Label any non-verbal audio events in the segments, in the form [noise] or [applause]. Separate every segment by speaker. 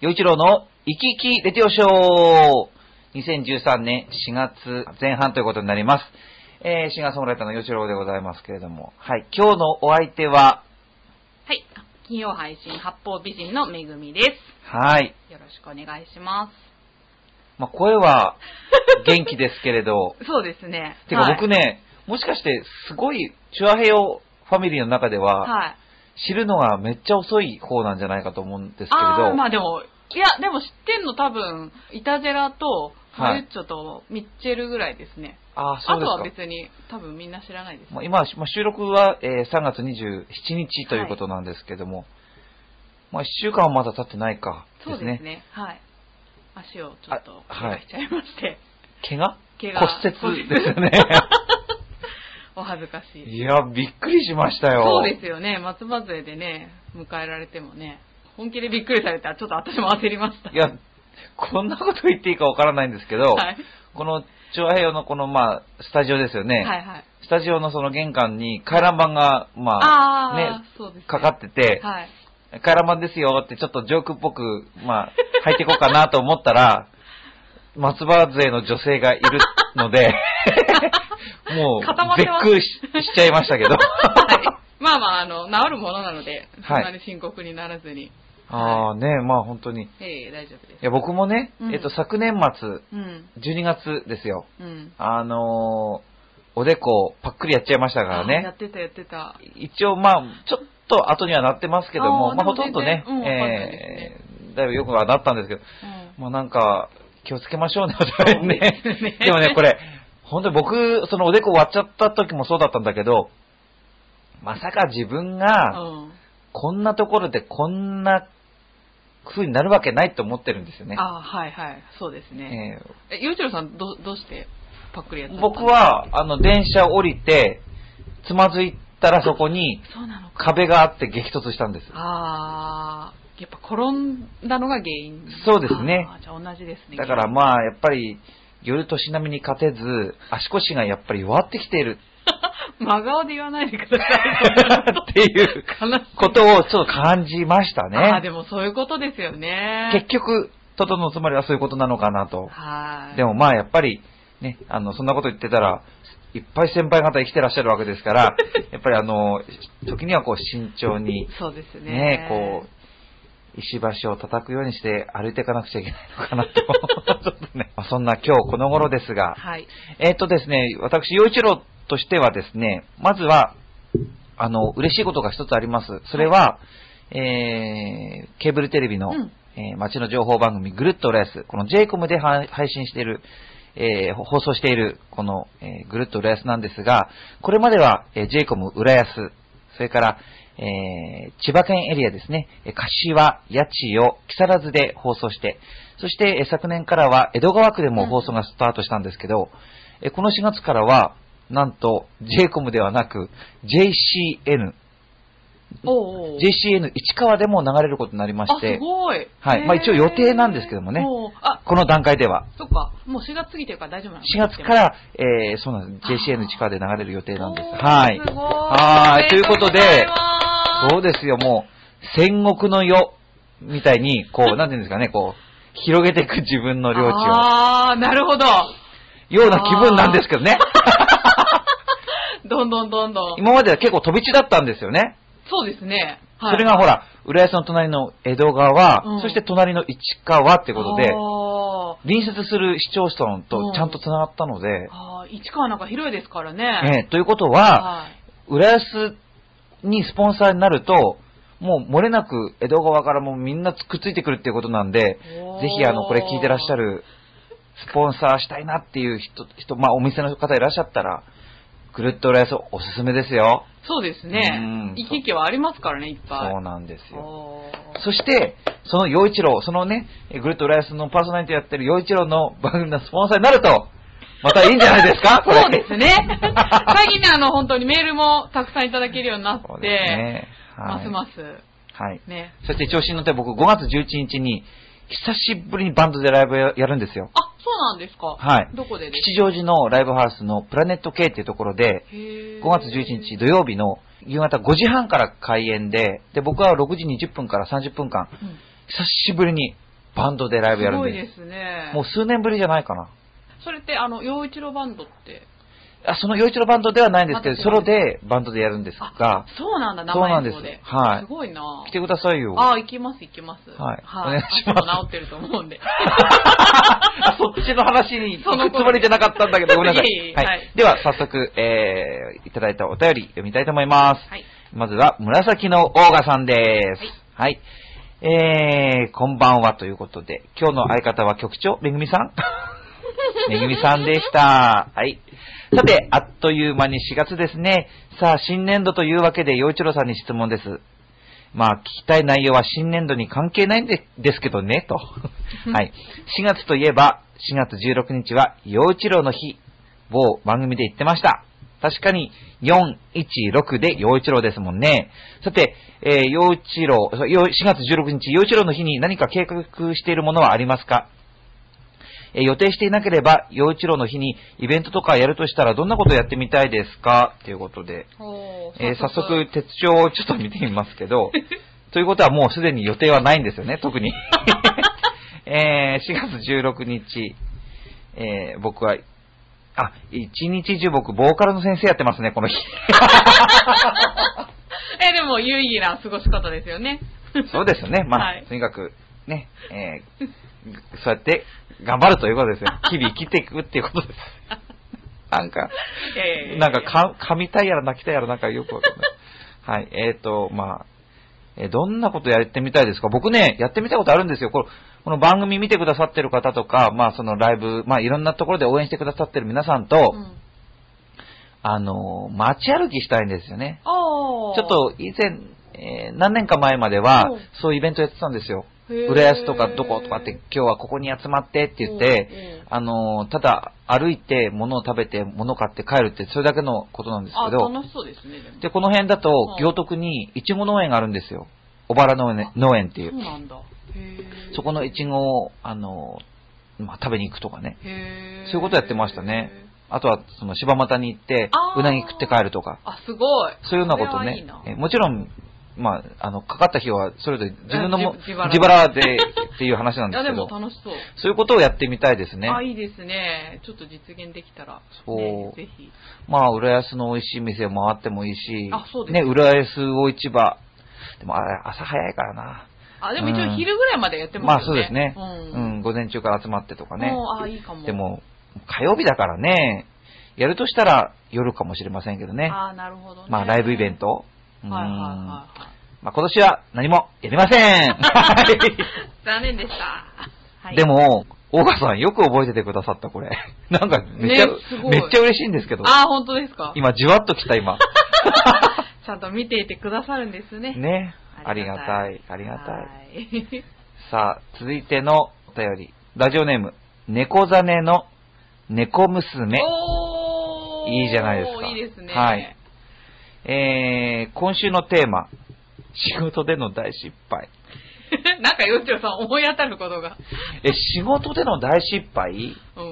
Speaker 1: 洋一郎の生き生きレディオショー2013年4月前半ということになります。えー、シンガーソングライターの洋一郎でございますけれども、はい、今日のお相手は、
Speaker 2: はい。金曜配信、八方美人のめぐみです。
Speaker 1: はい、
Speaker 2: よろしくお願いしま
Speaker 1: まあ、声は元気ですけれ
Speaker 2: [laughs]
Speaker 1: ど、
Speaker 2: す。そうですね。
Speaker 1: てか僕
Speaker 2: ね、
Speaker 1: ね、もしかしてすごいチュアヘヨファミリーの中では、
Speaker 2: はい。
Speaker 1: 知るのがめっちゃ遅い方なんじゃないかと思うんですけれど、
Speaker 2: あー、まあでも、いや、でも知ってんの多分、イタジェラと、
Speaker 1: はい
Speaker 2: マユッチョとミッチェルぐらいですね。
Speaker 1: あー、そ
Speaker 2: あ
Speaker 1: う
Speaker 2: と
Speaker 1: です
Speaker 2: は
Speaker 1: か。
Speaker 2: 別に多分みんな知らないです。
Speaker 1: まあ、今は、まあ、収録は、えー3月27日ということなんですけども、まあ、1週間はまだ経ってないか
Speaker 2: そう
Speaker 1: で
Speaker 2: ですす
Speaker 1: ね。
Speaker 2: ね。はい。足をちょっと、
Speaker 1: あはい
Speaker 2: 怪我しちゃいまして、
Speaker 1: 怪我
Speaker 2: 怪
Speaker 1: 骨折ですよ
Speaker 2: 骨折
Speaker 1: ね。
Speaker 2: お恥ずかしい。
Speaker 1: いや、びっくりしましたよ。
Speaker 2: そうですよね。松葉杖でね、迎えられてもね、本気でびっくりされたら、ちょっと私も焦りました。
Speaker 1: いや、こんなこと言っていいかわからないんですけど、
Speaker 2: はい。
Speaker 1: この、長平洋のこの、まあ、スタジオですよね。
Speaker 2: はいはい。
Speaker 1: スタジオのその玄関に回覧板が、まあ、
Speaker 2: あー
Speaker 1: ね、
Speaker 2: そうですね
Speaker 1: かかってて、
Speaker 2: はい。
Speaker 1: 回覧板ですよってちょっとジョークっぽく、まあ、入っていこうかなと思った
Speaker 2: [laughs]
Speaker 1: ら、松葉杖の女性がいるの
Speaker 2: [laughs]
Speaker 1: で、もう
Speaker 2: 固まっ、
Speaker 1: 絶
Speaker 2: てます
Speaker 1: 句ししちゃいました
Speaker 2: [laughs]
Speaker 1: けど。
Speaker 2: はい。まあまあ、あの、治るものなので、そん
Speaker 1: はい
Speaker 2: なに深刻にならずに。
Speaker 1: ああね、まあ本当に。い
Speaker 2: ええ、大丈夫です。
Speaker 1: や、僕もね、
Speaker 2: うん
Speaker 1: えっと、昨年末、
Speaker 2: うん。
Speaker 1: 12月ですよ。
Speaker 2: うん。
Speaker 1: あのーおでこ、パックリやっちゃいましたから
Speaker 2: あや
Speaker 1: ね。
Speaker 2: ってた、やってた。
Speaker 1: 一応、まあ、ちょっと後にはなってますけども、
Speaker 2: あ
Speaker 1: ま
Speaker 2: ー
Speaker 1: あ、
Speaker 2: で
Speaker 1: ほ
Speaker 2: も
Speaker 1: とんどね、
Speaker 2: 全然うんわかんないで
Speaker 1: えーだいぶよくはなったんですけど、
Speaker 2: うん。
Speaker 1: まあなんか、気をつけましょうね、お
Speaker 2: う
Speaker 1: 互いね。でもね、これ、本当に僕、そのおでこ割っちゃった時もそうだったんだけど、まさか自分
Speaker 2: う
Speaker 1: が、
Speaker 2: ん。
Speaker 1: こんなところでこんな風になるわけないと思ってるんですよね。
Speaker 2: あーはいはい。そうですね。
Speaker 1: え
Speaker 2: え、ゆうちろさん、ど、どうして、パックリやっ
Speaker 1: ー
Speaker 2: たの
Speaker 1: 僕、は、あの、電車降りて、つまずいたらそこに
Speaker 2: そうなのか。
Speaker 1: 壁があって激突したんです。
Speaker 2: あーやっぱ転んだのが原因。
Speaker 1: そうですね
Speaker 2: あーじゃあ同じですね。
Speaker 1: だからまあ、やっぱり、夜年並みに勝てず、足腰がやっぱり弱ってきている
Speaker 2: [laughs] 真顔で言わないでください。
Speaker 1: [laughs] っていう
Speaker 2: 悲しい。
Speaker 1: ことをちょっと感じました
Speaker 2: ああ、
Speaker 1: ね。
Speaker 2: でもそういうことですよね。
Speaker 1: 結局、トトのつまりはそういうことなのかなと。
Speaker 2: はい。
Speaker 1: でもまあやっぱり、ね、あの、そんなこと言ってたら、いっぱい先輩方生きてらっしゃるわけです
Speaker 2: [laughs]
Speaker 1: から、やっぱりあの、時にはこう慎重に、
Speaker 2: そうですね。
Speaker 1: ね、こう、石橋を叩くようにして歩いていかなくちゃいけないのか
Speaker 2: [laughs]
Speaker 1: なと。ちょっとね、まあそんな今日この頃ですが、
Speaker 2: はい。
Speaker 1: えっ、とですね、私、洋一郎としてはですね、まずは、あの、嬉しいことが一つあります。それは、えー、ケーブルテレビの、
Speaker 2: うん
Speaker 1: えー街の情報番組、ぐるっと浦安、この j イコムで配配信している、えー放送している、この、えーぐるっと浦安なんですが、これまでは、えー、j イコム浦安、それから、えー千葉県エリアですね、えー柏、八千代、木更津で放送して、そして、えー昨年からは江戸川区でも放送がスタートしたんですけど、えーこの4月からは、なんと、j イコムではなく、JCN、
Speaker 2: おうおう
Speaker 1: JCN 市川でも流れることになりまし
Speaker 2: あ、
Speaker 1: て
Speaker 2: す、ごい。
Speaker 1: はいまあ一応予定なんですけどもね
Speaker 2: へーおうあ、
Speaker 1: この段階では、
Speaker 2: そっか。もう4月過ぎてるから大丈夫なの
Speaker 1: 4月か。ら、えーそうなんです。JCN 市川で流れる予定なんです。
Speaker 2: おー
Speaker 1: はい。
Speaker 2: すごい。
Speaker 1: はいということで
Speaker 2: おめとうございます
Speaker 1: そうですよ、もう、戦国の世みたいに、こう、なんていうんですかね、こう、広げていく自分の領地を、
Speaker 2: ああ、なるほど。
Speaker 1: ような気分なんですけど
Speaker 2: [laughs]
Speaker 1: ね。
Speaker 2: どんどんどんどん。
Speaker 1: 今までは結構飛び地だったんですよね。
Speaker 2: そうですね。
Speaker 1: それがほ
Speaker 2: ら、っ
Speaker 1: ら、浦安の隣の江戸川、
Speaker 2: うん
Speaker 1: そして隣の市川って
Speaker 2: て
Speaker 1: ことで、
Speaker 2: あ
Speaker 1: 隣接する市町村とちゃんと繋がったので
Speaker 2: ー、あー、市川なんか広いですからね。
Speaker 1: ええということは、
Speaker 2: はい。
Speaker 1: 浦安にスポンサーになると、もう漏れなく江戸川からもうみんなくっついてくるっていうことなんで、
Speaker 2: おー
Speaker 1: ぜひあの、これ聞いてらっしゃる、スポンサーしたいなっていう人、人、まあお店の方いらっしゃったら、ぐるっと浦安おすすめですよ。
Speaker 2: そうです
Speaker 1: うん
Speaker 2: ね。行き来はありますからね、いっぱい。
Speaker 1: そうなんですよ。
Speaker 2: おー
Speaker 1: そして、その洋一郎、そのね、えぐるっと浦安のパーソナリティやってる洋一郎の番組のスポンサーになると、またいいんじゃないですかこれ。
Speaker 2: [laughs] そうで
Speaker 1: [laughs]
Speaker 2: すね。最近ね、あの、本当にメールもたくさんいただけるようになっ
Speaker 1: そう
Speaker 2: て、
Speaker 1: ですね。は
Speaker 2: ま
Speaker 1: い
Speaker 2: すます、
Speaker 1: はい。
Speaker 2: ね。
Speaker 1: そして調子に乗って僕5月11日に、久しぶりにバンドでライブややるんですよ。
Speaker 2: あ、そうなんですか。
Speaker 1: はい
Speaker 2: どこでです
Speaker 1: 吉祥寺のライブハウスのプラネット K っていうところで、
Speaker 2: 5
Speaker 1: 5月11日土曜日の夕方5時半から開演で、で、僕は6時20分から30分間、久しぶりにバンドでライブや
Speaker 2: す
Speaker 1: るん
Speaker 2: ごい
Speaker 1: で。
Speaker 2: ですすね。
Speaker 1: もう数年ぶりじゃないかな。
Speaker 2: それって、あの、洋一郎バンドって。
Speaker 1: あ、その洋一郎バンドではないんですけど、
Speaker 2: また違う
Speaker 1: ソロでバンドでやるんですが、
Speaker 2: そうなんだ、
Speaker 1: そうな
Speaker 2: 生
Speaker 1: ん
Speaker 2: 演
Speaker 1: です
Speaker 2: 奏で。
Speaker 1: はい
Speaker 2: すごいな
Speaker 1: 来てくださいよ。
Speaker 2: ああ、行きます、行きます。
Speaker 1: はいお願い
Speaker 2: い。
Speaker 1: します
Speaker 2: 足も治ってると
Speaker 1: [laughs]
Speaker 2: 思うんで。
Speaker 1: あ、 [laughs] そっちの話に
Speaker 2: そ
Speaker 1: 行
Speaker 2: の
Speaker 1: くつもりじゃなかったんだけど、ごめんなさ
Speaker 2: いえい
Speaker 1: い。
Speaker 2: え
Speaker 1: は
Speaker 2: はいい。
Speaker 1: では、早速、えー、いただいたお便り読みたいと思います。 [laughs]
Speaker 2: はい。
Speaker 1: まずは、紫のオーガさんです。はい。えー、こんばんはということで、今日の相方は局長、めぐみさ [laughs] んめぐみさんでした。はい。さて、あっという間に4月ですね。さあ、新年度というわけで、陽一郎さんに質問です。まあ、聞きたい内容は新年度に関係ないんでですけどね、と。はい。4月といえば、4月16日は、陽一郎の日、某番組で言ってました。確かに、416で陽一郎ですもんね。さて、えー、陽一郎、そう陽4月16日、陽一郎の日に何か計画しているものはありますかえー予定していなければ、陽一郎の日にイベントとかやるとしたら、どんなことやってみたいですかということで。
Speaker 2: お
Speaker 1: えー早速、手帳をちょっと見てみますけ
Speaker 2: [laughs]
Speaker 1: ど、ということはもうすでに予定はないんですよね、特に。えー4月16日、えー僕は、あ、一日中僕、ボーカルの先生やってますね、こ
Speaker 2: [laughs]
Speaker 1: の日。
Speaker 2: え、でも、有意義な過ごし方ですよね。
Speaker 1: そうですよね、まあ、
Speaker 2: はい
Speaker 1: [laughs] とにかく、ね、えーそうやって頑張るということですよ。日々生きていくっていうこと
Speaker 2: [laughs]
Speaker 1: です。なんか、
Speaker 2: いやいやいやいや
Speaker 1: なんかか、噛みたいやら泣きたいやらなんかよくわかん
Speaker 2: [laughs]
Speaker 1: ない。はい、えっ、ー、と、まあ、えーどんなことやってみたいですか僕ね、やってみたいことあるんですよ。このこの番組見てくださってる方とか、まあそのライブ、まあいろんなところで応援してくださってる皆さんと、
Speaker 2: うん
Speaker 1: あのー、街歩きしたいんですよね。
Speaker 2: おー
Speaker 1: ちょっ、と以前、えー何年か前までは
Speaker 2: うん、
Speaker 1: そういうイベントやってたんですよ。
Speaker 2: へー
Speaker 1: 浦安とかどことかって、今日はここに集まってって言って、
Speaker 2: うんうん
Speaker 1: あのーただ歩いて物を食べて物を買って帰るってそれだけのことなんです
Speaker 2: あ、
Speaker 1: けど、
Speaker 2: 楽しそうですね、でも。
Speaker 1: で、この辺だと、
Speaker 2: うん
Speaker 1: 行徳にいちご農園があるんですよ。小原農園農園ってい
Speaker 2: そう
Speaker 1: う。
Speaker 2: なんだ。へー
Speaker 1: そこのいちごを、あのーまあ、食べに行くとかね。
Speaker 2: へー
Speaker 1: そういうことやってましたね。あとは、その柴又に行って
Speaker 2: あ、ー
Speaker 1: うなぎ食って帰るとか。
Speaker 2: あ、すごい。
Speaker 1: そういうようなこと
Speaker 2: それは
Speaker 1: ね
Speaker 2: いいな。
Speaker 1: えもちろん、まあ、あの、かかった費用は、それぞれ自分のも
Speaker 2: うん自腹
Speaker 1: 自腹でっていう話なん
Speaker 2: い
Speaker 1: で
Speaker 2: や、
Speaker 1: す
Speaker 2: で
Speaker 1: けど
Speaker 2: も、楽しそう。
Speaker 1: そういうことをやってみたいですね。
Speaker 2: あ、いいですね。ちょっと実現できたら、ね、
Speaker 1: そう
Speaker 2: ぜひ。
Speaker 1: まあ、浦安の美味しい店を回ってもいいし、
Speaker 2: あそうです
Speaker 1: ね、浦安魚市場。でも、あれ、朝早いからな。
Speaker 2: あ、でも一
Speaker 1: うん
Speaker 2: 応昼ぐらいまでやって
Speaker 1: ま
Speaker 2: ま
Speaker 1: あ、
Speaker 2: す
Speaker 1: そう
Speaker 2: よ
Speaker 1: で
Speaker 2: ね
Speaker 1: す。ね。
Speaker 2: う。
Speaker 1: うんん、午前中から集まってとかね。
Speaker 2: うんあ、いいかも。
Speaker 1: で、も、火曜日だからね、やるとしたら夜かもしれませんけどね。
Speaker 2: あーなるほどね。
Speaker 1: まあ、ライブイベン。ト。うん
Speaker 2: はいはいはい
Speaker 1: ま
Speaker 2: は
Speaker 1: あ、今年は何もやりませ
Speaker 2: [laughs]
Speaker 1: んはい
Speaker 2: い。残念でした。はい。
Speaker 1: で、も、オーガさんよく覚えててくださった、これ。 [laughs] なんかめっちゃ、
Speaker 2: ねすごい
Speaker 1: めっちゃ嬉しいんですけど。
Speaker 2: あー本当ですか。
Speaker 1: 今、じわっときた、
Speaker 2: [laughs]
Speaker 1: 今。
Speaker 2: ちゃんと見ていてくださるんですね。
Speaker 1: ね。ありがたい、ありがたい。
Speaker 2: い。
Speaker 1: さあ、続いてのお便り。ラジオネーム、猫ザネの猫娘。
Speaker 2: おー
Speaker 1: いいじゃないですか
Speaker 2: いいですね。
Speaker 1: はいえー、今週のテーマ、仕事での大失敗。
Speaker 2: [laughs] なんか、よっちょさん思い当たることが。
Speaker 1: え、仕事での大失敗
Speaker 2: う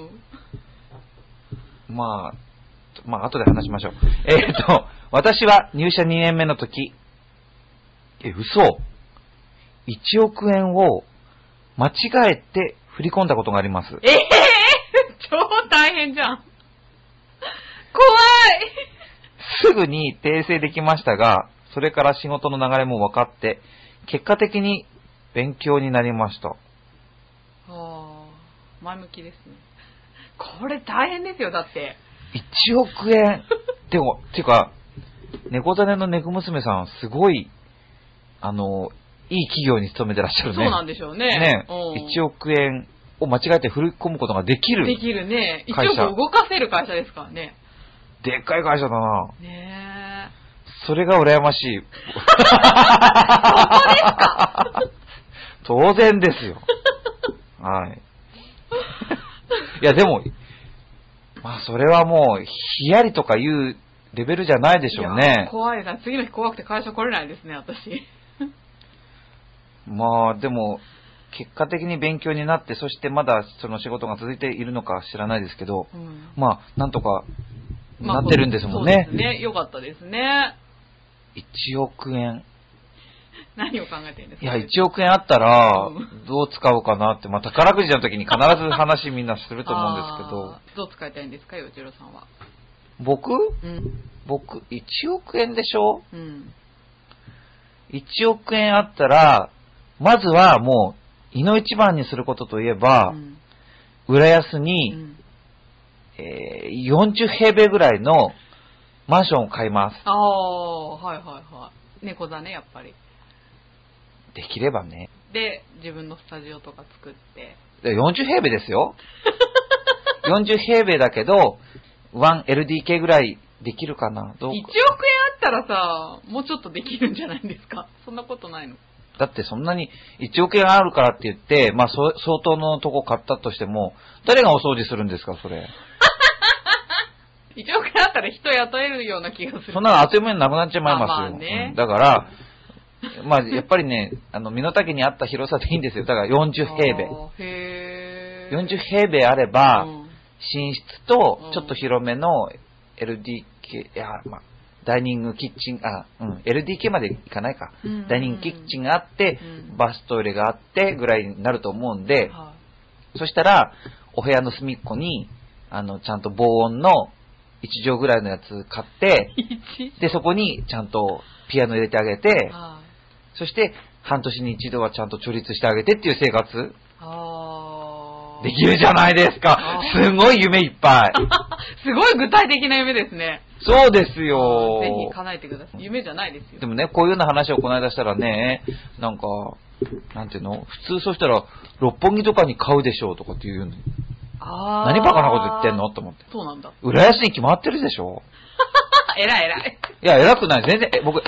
Speaker 2: ん。
Speaker 1: まあ、まあ、後で話しましょう。えー、っと、私は入社2年目の時、え、嘘 ?1 億円を間違えて振り込んだことがあります。
Speaker 2: ええ超大変じゃん。怖い
Speaker 1: すぐに訂正できましたが、それから仕事の流れも分かって、結果的に勉強になりました。
Speaker 2: あー前向きですね。これ大変ですよ、だって。
Speaker 1: 1億円でも、てか、猫種の猫娘さん、すごい、あの、いい企業に勤めてらっしゃ
Speaker 2: そう
Speaker 1: るね。
Speaker 2: なんでしょうね。
Speaker 1: ね
Speaker 2: うん
Speaker 1: 1億円を間違えて振り込むことができる。
Speaker 2: できるね。一
Speaker 1: 会社
Speaker 2: 億動かせる会社ですからね。
Speaker 1: でっかい会社だな。
Speaker 2: ねえ。
Speaker 1: それが羨ましい。当然ですよ。はい。いや、でも、まあ、それはもう、ひやりとかいうレベルじゃないでしょう
Speaker 2: いや
Speaker 1: ね。
Speaker 2: 怖いな。次の日怖くて会社来れないですね、私。
Speaker 1: まあ、でも、結果的に勉強になって、そしてまだその仕事が続いているのか知らないですけど、
Speaker 2: うん
Speaker 1: まあ、なんとか、
Speaker 2: ま
Speaker 1: な
Speaker 2: あ
Speaker 1: ってるんですもん
Speaker 2: そ
Speaker 1: ね
Speaker 2: う。ですね。よかったですね。
Speaker 1: 1億円。
Speaker 2: 何を考えてるんです
Speaker 1: い
Speaker 2: か
Speaker 1: や、1億円あったら
Speaker 2: う、
Speaker 1: どう使おうかなって、まあ、宝くじの時に必ず話みんなすると思うんですけど
Speaker 2: あ、ーどう使いたいんですか、洋一郎さんは。
Speaker 1: 僕
Speaker 2: うん。
Speaker 1: 僕、1億円でしょ
Speaker 2: うん。
Speaker 1: ?1 億円あったら、まずはもう、いの一番にすることといえば
Speaker 2: う、ん
Speaker 1: 浦安
Speaker 2: う
Speaker 1: に、
Speaker 2: ん
Speaker 1: えー40平米ぐらいのマンションを買います。
Speaker 2: ああ、はいはいはい。猫座ね、やっぱり。
Speaker 1: できればね。
Speaker 2: で、自分のスタジオとか作って。
Speaker 1: で40平米です
Speaker 2: [laughs]
Speaker 1: よ。40平米だけど、1LDK ぐらいできるかな
Speaker 2: 1
Speaker 1: どう
Speaker 2: 億円
Speaker 1: か
Speaker 2: あったらさ、もうちょっとできるんじゃないんですか。そんなことないの。
Speaker 1: だってそんなに1億円あるからって言って、まあそ相当のとこ買ったとしても、誰がお掃除するんですか、それ。
Speaker 2: 1億円あったら人雇えるような気がする。
Speaker 1: そんなのあっという間になくなっちゃいますよ。
Speaker 2: まあまあね
Speaker 1: うんだから、まあやっぱりね、あの、身の丈に合った広さでいいんですよ。だから40平米。
Speaker 2: あー。へー
Speaker 1: 40平米あれば、
Speaker 2: うん
Speaker 1: 寝室と
Speaker 2: うん
Speaker 1: ちょっと広めの LDK、いや、まあ、ダイニングキッチン、あ、うん、LDK までいかないか。
Speaker 2: うん
Speaker 1: ダイニングキッチンがあって、
Speaker 2: うん
Speaker 1: バストイレがあってぐらいになると思うんで、
Speaker 2: は
Speaker 1: そしたら、お部屋の隅っこに、あの、ちゃんと防音の1畳ぐらいのやつ買
Speaker 2: [laughs]
Speaker 1: って、
Speaker 2: い。一
Speaker 1: で、そこにちゃんとピアノ入れてあげて、
Speaker 2: はい
Speaker 1: そして、半年に一度はちゃんと調律してあげてっていう生活
Speaker 2: あー
Speaker 1: できるじゃないですか
Speaker 2: あ。
Speaker 1: すごい夢いっぱい。
Speaker 2: [laughs] すごい具体的な夢ですね。
Speaker 1: そうです
Speaker 2: あ
Speaker 1: よ
Speaker 2: ー。ぜひ叶えてください。夢じゃないですよ。
Speaker 1: でもね、こういうような話をこの間したらね、なんか、なんていうの普通そうしたら、六本木とかに買うでしょうとかっていうの。
Speaker 2: あー
Speaker 1: 何バカなこと言ってん
Speaker 2: [laughs]
Speaker 1: のと思って。
Speaker 2: そうなんだ。
Speaker 1: 浦安に決まってるでしょ
Speaker 2: えらいえらい。
Speaker 1: いや、偉くない。全然、え僕、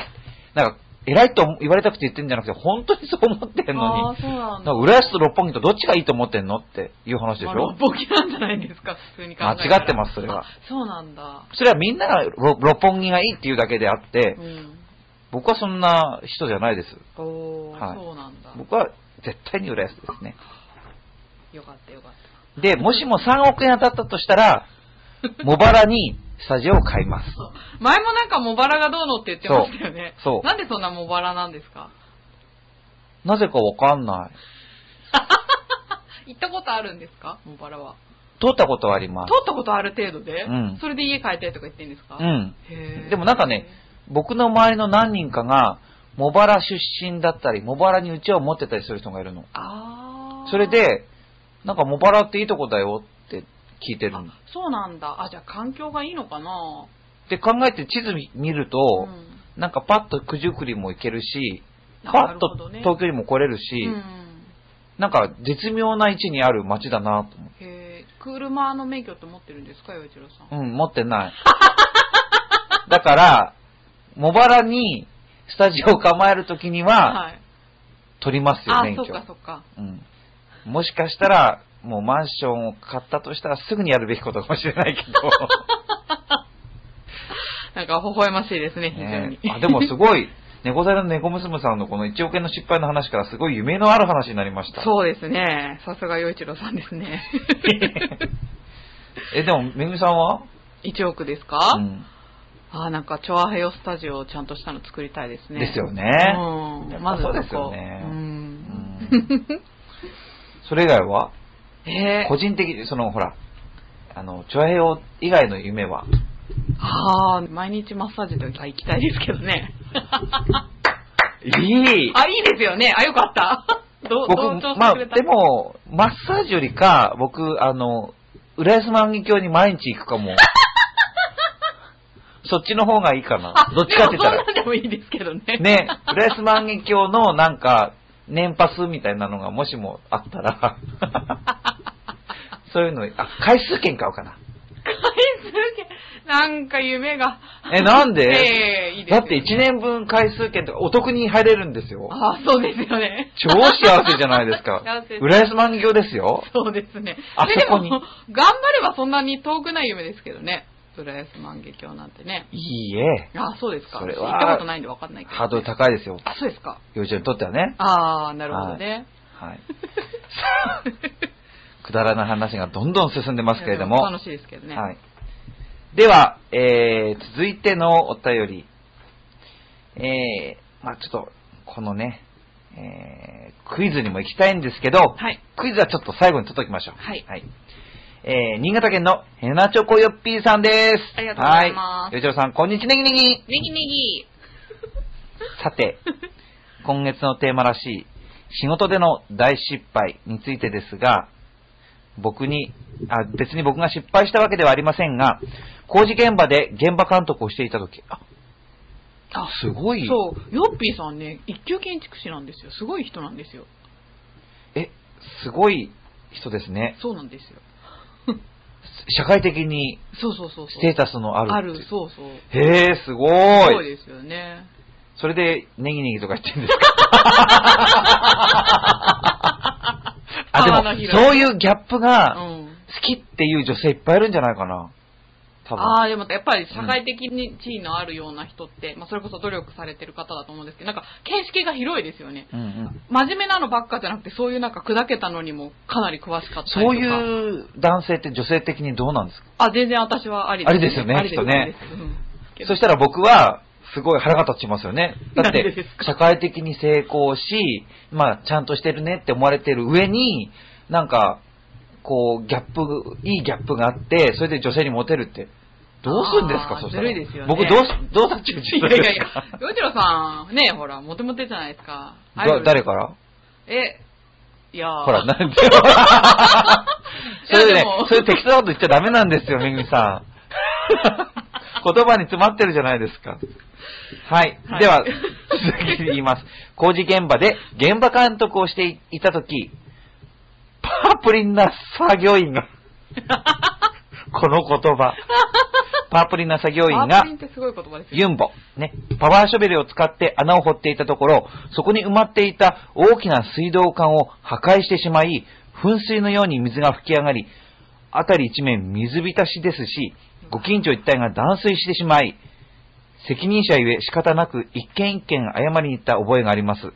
Speaker 1: なんか、偉いと言われたくて言ってんじゃなくて、本当にそう思ってんの
Speaker 2: あ
Speaker 1: に。
Speaker 2: ーそうな
Speaker 1: なんん
Speaker 2: だ。
Speaker 1: か浦安と六本木とどっちがいいと思ってんのっていう話でし
Speaker 2: まあ
Speaker 1: ょ
Speaker 2: 六本木なんじゃないですか、普通に考えたら
Speaker 1: 間違ってますそれは
Speaker 2: あそうなんだ。
Speaker 1: それはみんながろ六本木がいいっていうだけであって
Speaker 2: う、ん。
Speaker 1: 僕はそんな人じゃないです。
Speaker 2: おー、
Speaker 1: はい
Speaker 2: そうなんだ。
Speaker 1: 僕は絶対に浦安ですね。
Speaker 2: よかったよかった。
Speaker 1: で、もしも3億円当たったとした
Speaker 2: [laughs]
Speaker 1: ら、茂原にスタジオを買います。
Speaker 2: 前もなんか茂原がどうのって言ってましたよね。
Speaker 1: そうそう
Speaker 2: なんでそんな茂原なんですか
Speaker 1: なぜかわかんない。
Speaker 2: 行ったことあるんですか茂原は。
Speaker 1: 通ったことはあります
Speaker 2: 通。ったことある程度で、
Speaker 1: うん
Speaker 2: それで家買いたいとか言ってんですか、
Speaker 1: うん。
Speaker 2: へー
Speaker 1: でもなんかね、僕の周りの何人かが、茂原出身だったり、茂原に家を持ってたりする人がいるの。
Speaker 2: あー
Speaker 1: それ、で、なんか茂原っていいとこだよって聞いてる
Speaker 2: あ
Speaker 1: の。
Speaker 2: そうなんだ。あ、じゃあ環境がいいのかな
Speaker 1: で、考えて地図見ると、
Speaker 2: ん、
Speaker 1: なんかパッと九十九里も行けるし、
Speaker 2: あ
Speaker 1: パッ
Speaker 2: なるほ
Speaker 1: と
Speaker 2: どね
Speaker 1: 東京にも来れるし、
Speaker 2: うん
Speaker 1: なんか絶妙な位置にある街だなと思って
Speaker 2: へー車の免許って持ってるんですか、洋一郎さん。
Speaker 1: うん、持ってない。だから、茂原にスタジオを構えるときには、
Speaker 2: はい。
Speaker 1: 取りますよ、
Speaker 2: あ、
Speaker 1: 免許
Speaker 2: そっ。かそっか。
Speaker 1: うん。もしかしたら、もうマンションを買ったとしたらすぐにやるべきことかもしれないけ
Speaker 2: なんか微笑ましいですね、
Speaker 1: ど。
Speaker 2: [laughs] 非常に
Speaker 1: ね。えあでもすごい、猫皿の猫娘さんのこの1億円の失敗の話からすごい夢のある話になりました。
Speaker 2: そうですね。さすが洋一郎さんですね。
Speaker 1: [laughs] え、でも、めぐみさんは
Speaker 2: 1億ですか、
Speaker 1: うん
Speaker 2: あ、なんか、チョアヘヨスタジオをちゃんとしたの作りたいですね。
Speaker 1: ですよね。
Speaker 2: うん。まず
Speaker 1: そう
Speaker 2: こ
Speaker 1: ですよね
Speaker 2: う。
Speaker 1: うんんそれ以外は
Speaker 2: [laughs] えー
Speaker 1: 個人的に、そのほら、あの、チョアヘヨ以外の夢は、
Speaker 2: あー毎日マッサージとか行きたいですけどね。
Speaker 1: いい
Speaker 2: [laughs] あ、いいですよね。あ、よかった。どう、
Speaker 1: 僕、
Speaker 2: 同調し
Speaker 1: まあ、
Speaker 2: てくれた。
Speaker 1: で、も、マッサージよりか、僕、あの、浦安万華鏡に毎日行くか
Speaker 2: [laughs]
Speaker 1: も。そっちの方がいいかな
Speaker 2: あ、。
Speaker 1: どっちかって言った
Speaker 2: でもそんなんでもいいですけどね。
Speaker 1: ら。。ね、浦安万華鏡のなんか、年パスみたいなのがもしもあったら、
Speaker 2: [laughs]
Speaker 1: そういうの、あ、回数券買うかな。
Speaker 2: 回数券、なんか夢が。
Speaker 1: え、なんで、
Speaker 2: [laughs] ええいいです
Speaker 1: だ
Speaker 2: よ
Speaker 1: って1年分回数券とかお得に入れるんですよ。
Speaker 2: あ、そうですよね。
Speaker 1: 超幸せじゃないですか
Speaker 2: [laughs] 幸せ。
Speaker 1: 浦安万華鏡ですよ。
Speaker 2: そうですね。
Speaker 1: あ
Speaker 2: でで
Speaker 1: そ
Speaker 2: も
Speaker 1: こに
Speaker 2: 頑張ればそんなに遠くない夢ですけどね。浦安万華鏡なんてね。
Speaker 1: いいえ。
Speaker 2: あ、そうですか。
Speaker 1: それ
Speaker 2: 行
Speaker 1: は
Speaker 2: ったことないんでわかんないけど、
Speaker 1: ハードル高いですよ。
Speaker 2: あ、そうですか。
Speaker 1: 幼稚園にとってはね。
Speaker 2: あー、なるほどね。 [laughs]
Speaker 1: はい。くだらない話がどんどん進んでますけれど
Speaker 2: い
Speaker 1: も。
Speaker 2: やで楽しいですけどね。
Speaker 1: はい。では、えー、続いてのお便り。えー、まあちょっと、このね、えークイズにも行きたいんですけど、
Speaker 2: はい。
Speaker 1: クイズはちょっと最後に取っときましょう。
Speaker 2: はい
Speaker 1: えー新潟県のヘナチョコヨッピーさんです。
Speaker 2: ありがとうございま
Speaker 1: は
Speaker 2: す
Speaker 1: よちろさん、こんにちは、ネギネギ。
Speaker 2: ネギネギ。
Speaker 1: さて、今月のテーマらしい、仕事での大失敗についてですが、僕に、あ、別に僕が失敗したわけではありませんが、工事現場で現場監督をしていたとき、あ、
Speaker 2: あ、
Speaker 1: すごい。
Speaker 2: そう。ヨッピーさんね、一級建築士なんですよ。すごい人なんですよ。
Speaker 1: え、すごい人ですね。
Speaker 2: そうなんですよ。
Speaker 1: 社会的に
Speaker 2: そうそうそうそう。
Speaker 1: ステータスのある
Speaker 2: あ
Speaker 1: って
Speaker 2: る、そうそう。
Speaker 1: へえ、すご
Speaker 2: すごい
Speaker 1: い。
Speaker 2: ですよね。
Speaker 1: それで、ネギネギとか言ってるん
Speaker 2: [laughs]
Speaker 1: ですかあ、でも
Speaker 2: 浜野、博
Speaker 1: そういうギャップ
Speaker 2: う
Speaker 1: が、
Speaker 2: ん。
Speaker 1: 好きっていう女性いっぱいいるんじゃないかな。多分。
Speaker 2: ああ、でもやっぱり社会的に地位のあるような人って、まあそれこそ努力されてる方だと思うんですけど、なんか見識が広いですよね。
Speaker 1: うんうん、
Speaker 2: 真面目なのばっかじゃなくて、そういうなんか砕けたのにもかなり詳しかったりとか。
Speaker 1: そういう男性って女性的にどうなんですか
Speaker 2: あ、全然私はあり
Speaker 1: ありですよね
Speaker 2: ありです
Speaker 1: きっとね。
Speaker 2: ありですうんけど
Speaker 1: そしたら僕は、すごい腹が立ちますよね。だっ
Speaker 2: なんでで
Speaker 1: て
Speaker 2: すか、
Speaker 1: 社会的に成功し、まあ、ちゃんとしてるねって思われてる上に、なんか、こう、ギャップ、いいギャップがあって、それで女性にモテるって、どうするんです
Speaker 2: あ
Speaker 1: か
Speaker 2: ー
Speaker 1: そしたら。
Speaker 2: ずるいですよね
Speaker 1: 僕、どうし、どうなっちゃうんです
Speaker 2: い
Speaker 1: か
Speaker 2: やいやいや、よじろさん、ねほら、モテモテじゃないですか。アイド
Speaker 1: だ
Speaker 2: ル
Speaker 1: 誰から
Speaker 2: え、いやー
Speaker 1: ほら、
Speaker 2: い [laughs]
Speaker 1: なんでよ。そ
Speaker 2: や
Speaker 1: れでね
Speaker 2: でも、
Speaker 1: それ適当なこと言っちゃダメなんですよ、めぐみ
Speaker 2: [laughs]
Speaker 1: さん。言葉に詰まってるじゃないですか。はい。
Speaker 2: はい
Speaker 1: では、続き言います。工事現場で現場監督をしていたとき、パープリンな作業員が、
Speaker 2: [laughs]
Speaker 1: この言葉、パープリンな作業員
Speaker 2: パー
Speaker 1: が
Speaker 2: プリン、ってすごい言葉ですよ。
Speaker 1: ユンボ、ね、パワーショベルを使って穴を掘っていたところ、そこに埋まっていた大きな水道管を破壊してしまい、噴水のように水が噴き上がり、辺り一面水浸しですし、ご近所一帯が断水してしまい、責任者ゆえ仕方なく一軒一軒謝りに行った覚えがあります。
Speaker 2: あー大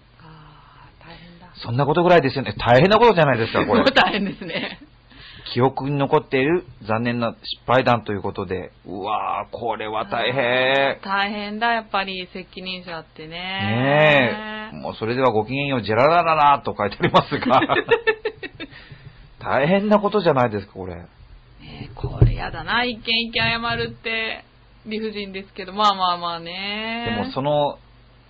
Speaker 2: 変だ。
Speaker 1: そんなことぐらいですよね。大変なことじゃないですか、これ
Speaker 2: [laughs] もう。大変ですね。
Speaker 1: 記憶に残っている残念な失敗談ということで、うわー、これは大変。
Speaker 2: 大変だ、やっぱり責任者ってね
Speaker 1: ね。え、もうそれではごきげんよう、ジェララララと書いてありますが、
Speaker 2: [laughs]
Speaker 1: 大変なことじゃないですか、これ。
Speaker 2: ねえこれやだな、一軒一軒謝るって理不尽ですけど、まあまあまあね。
Speaker 1: でもその、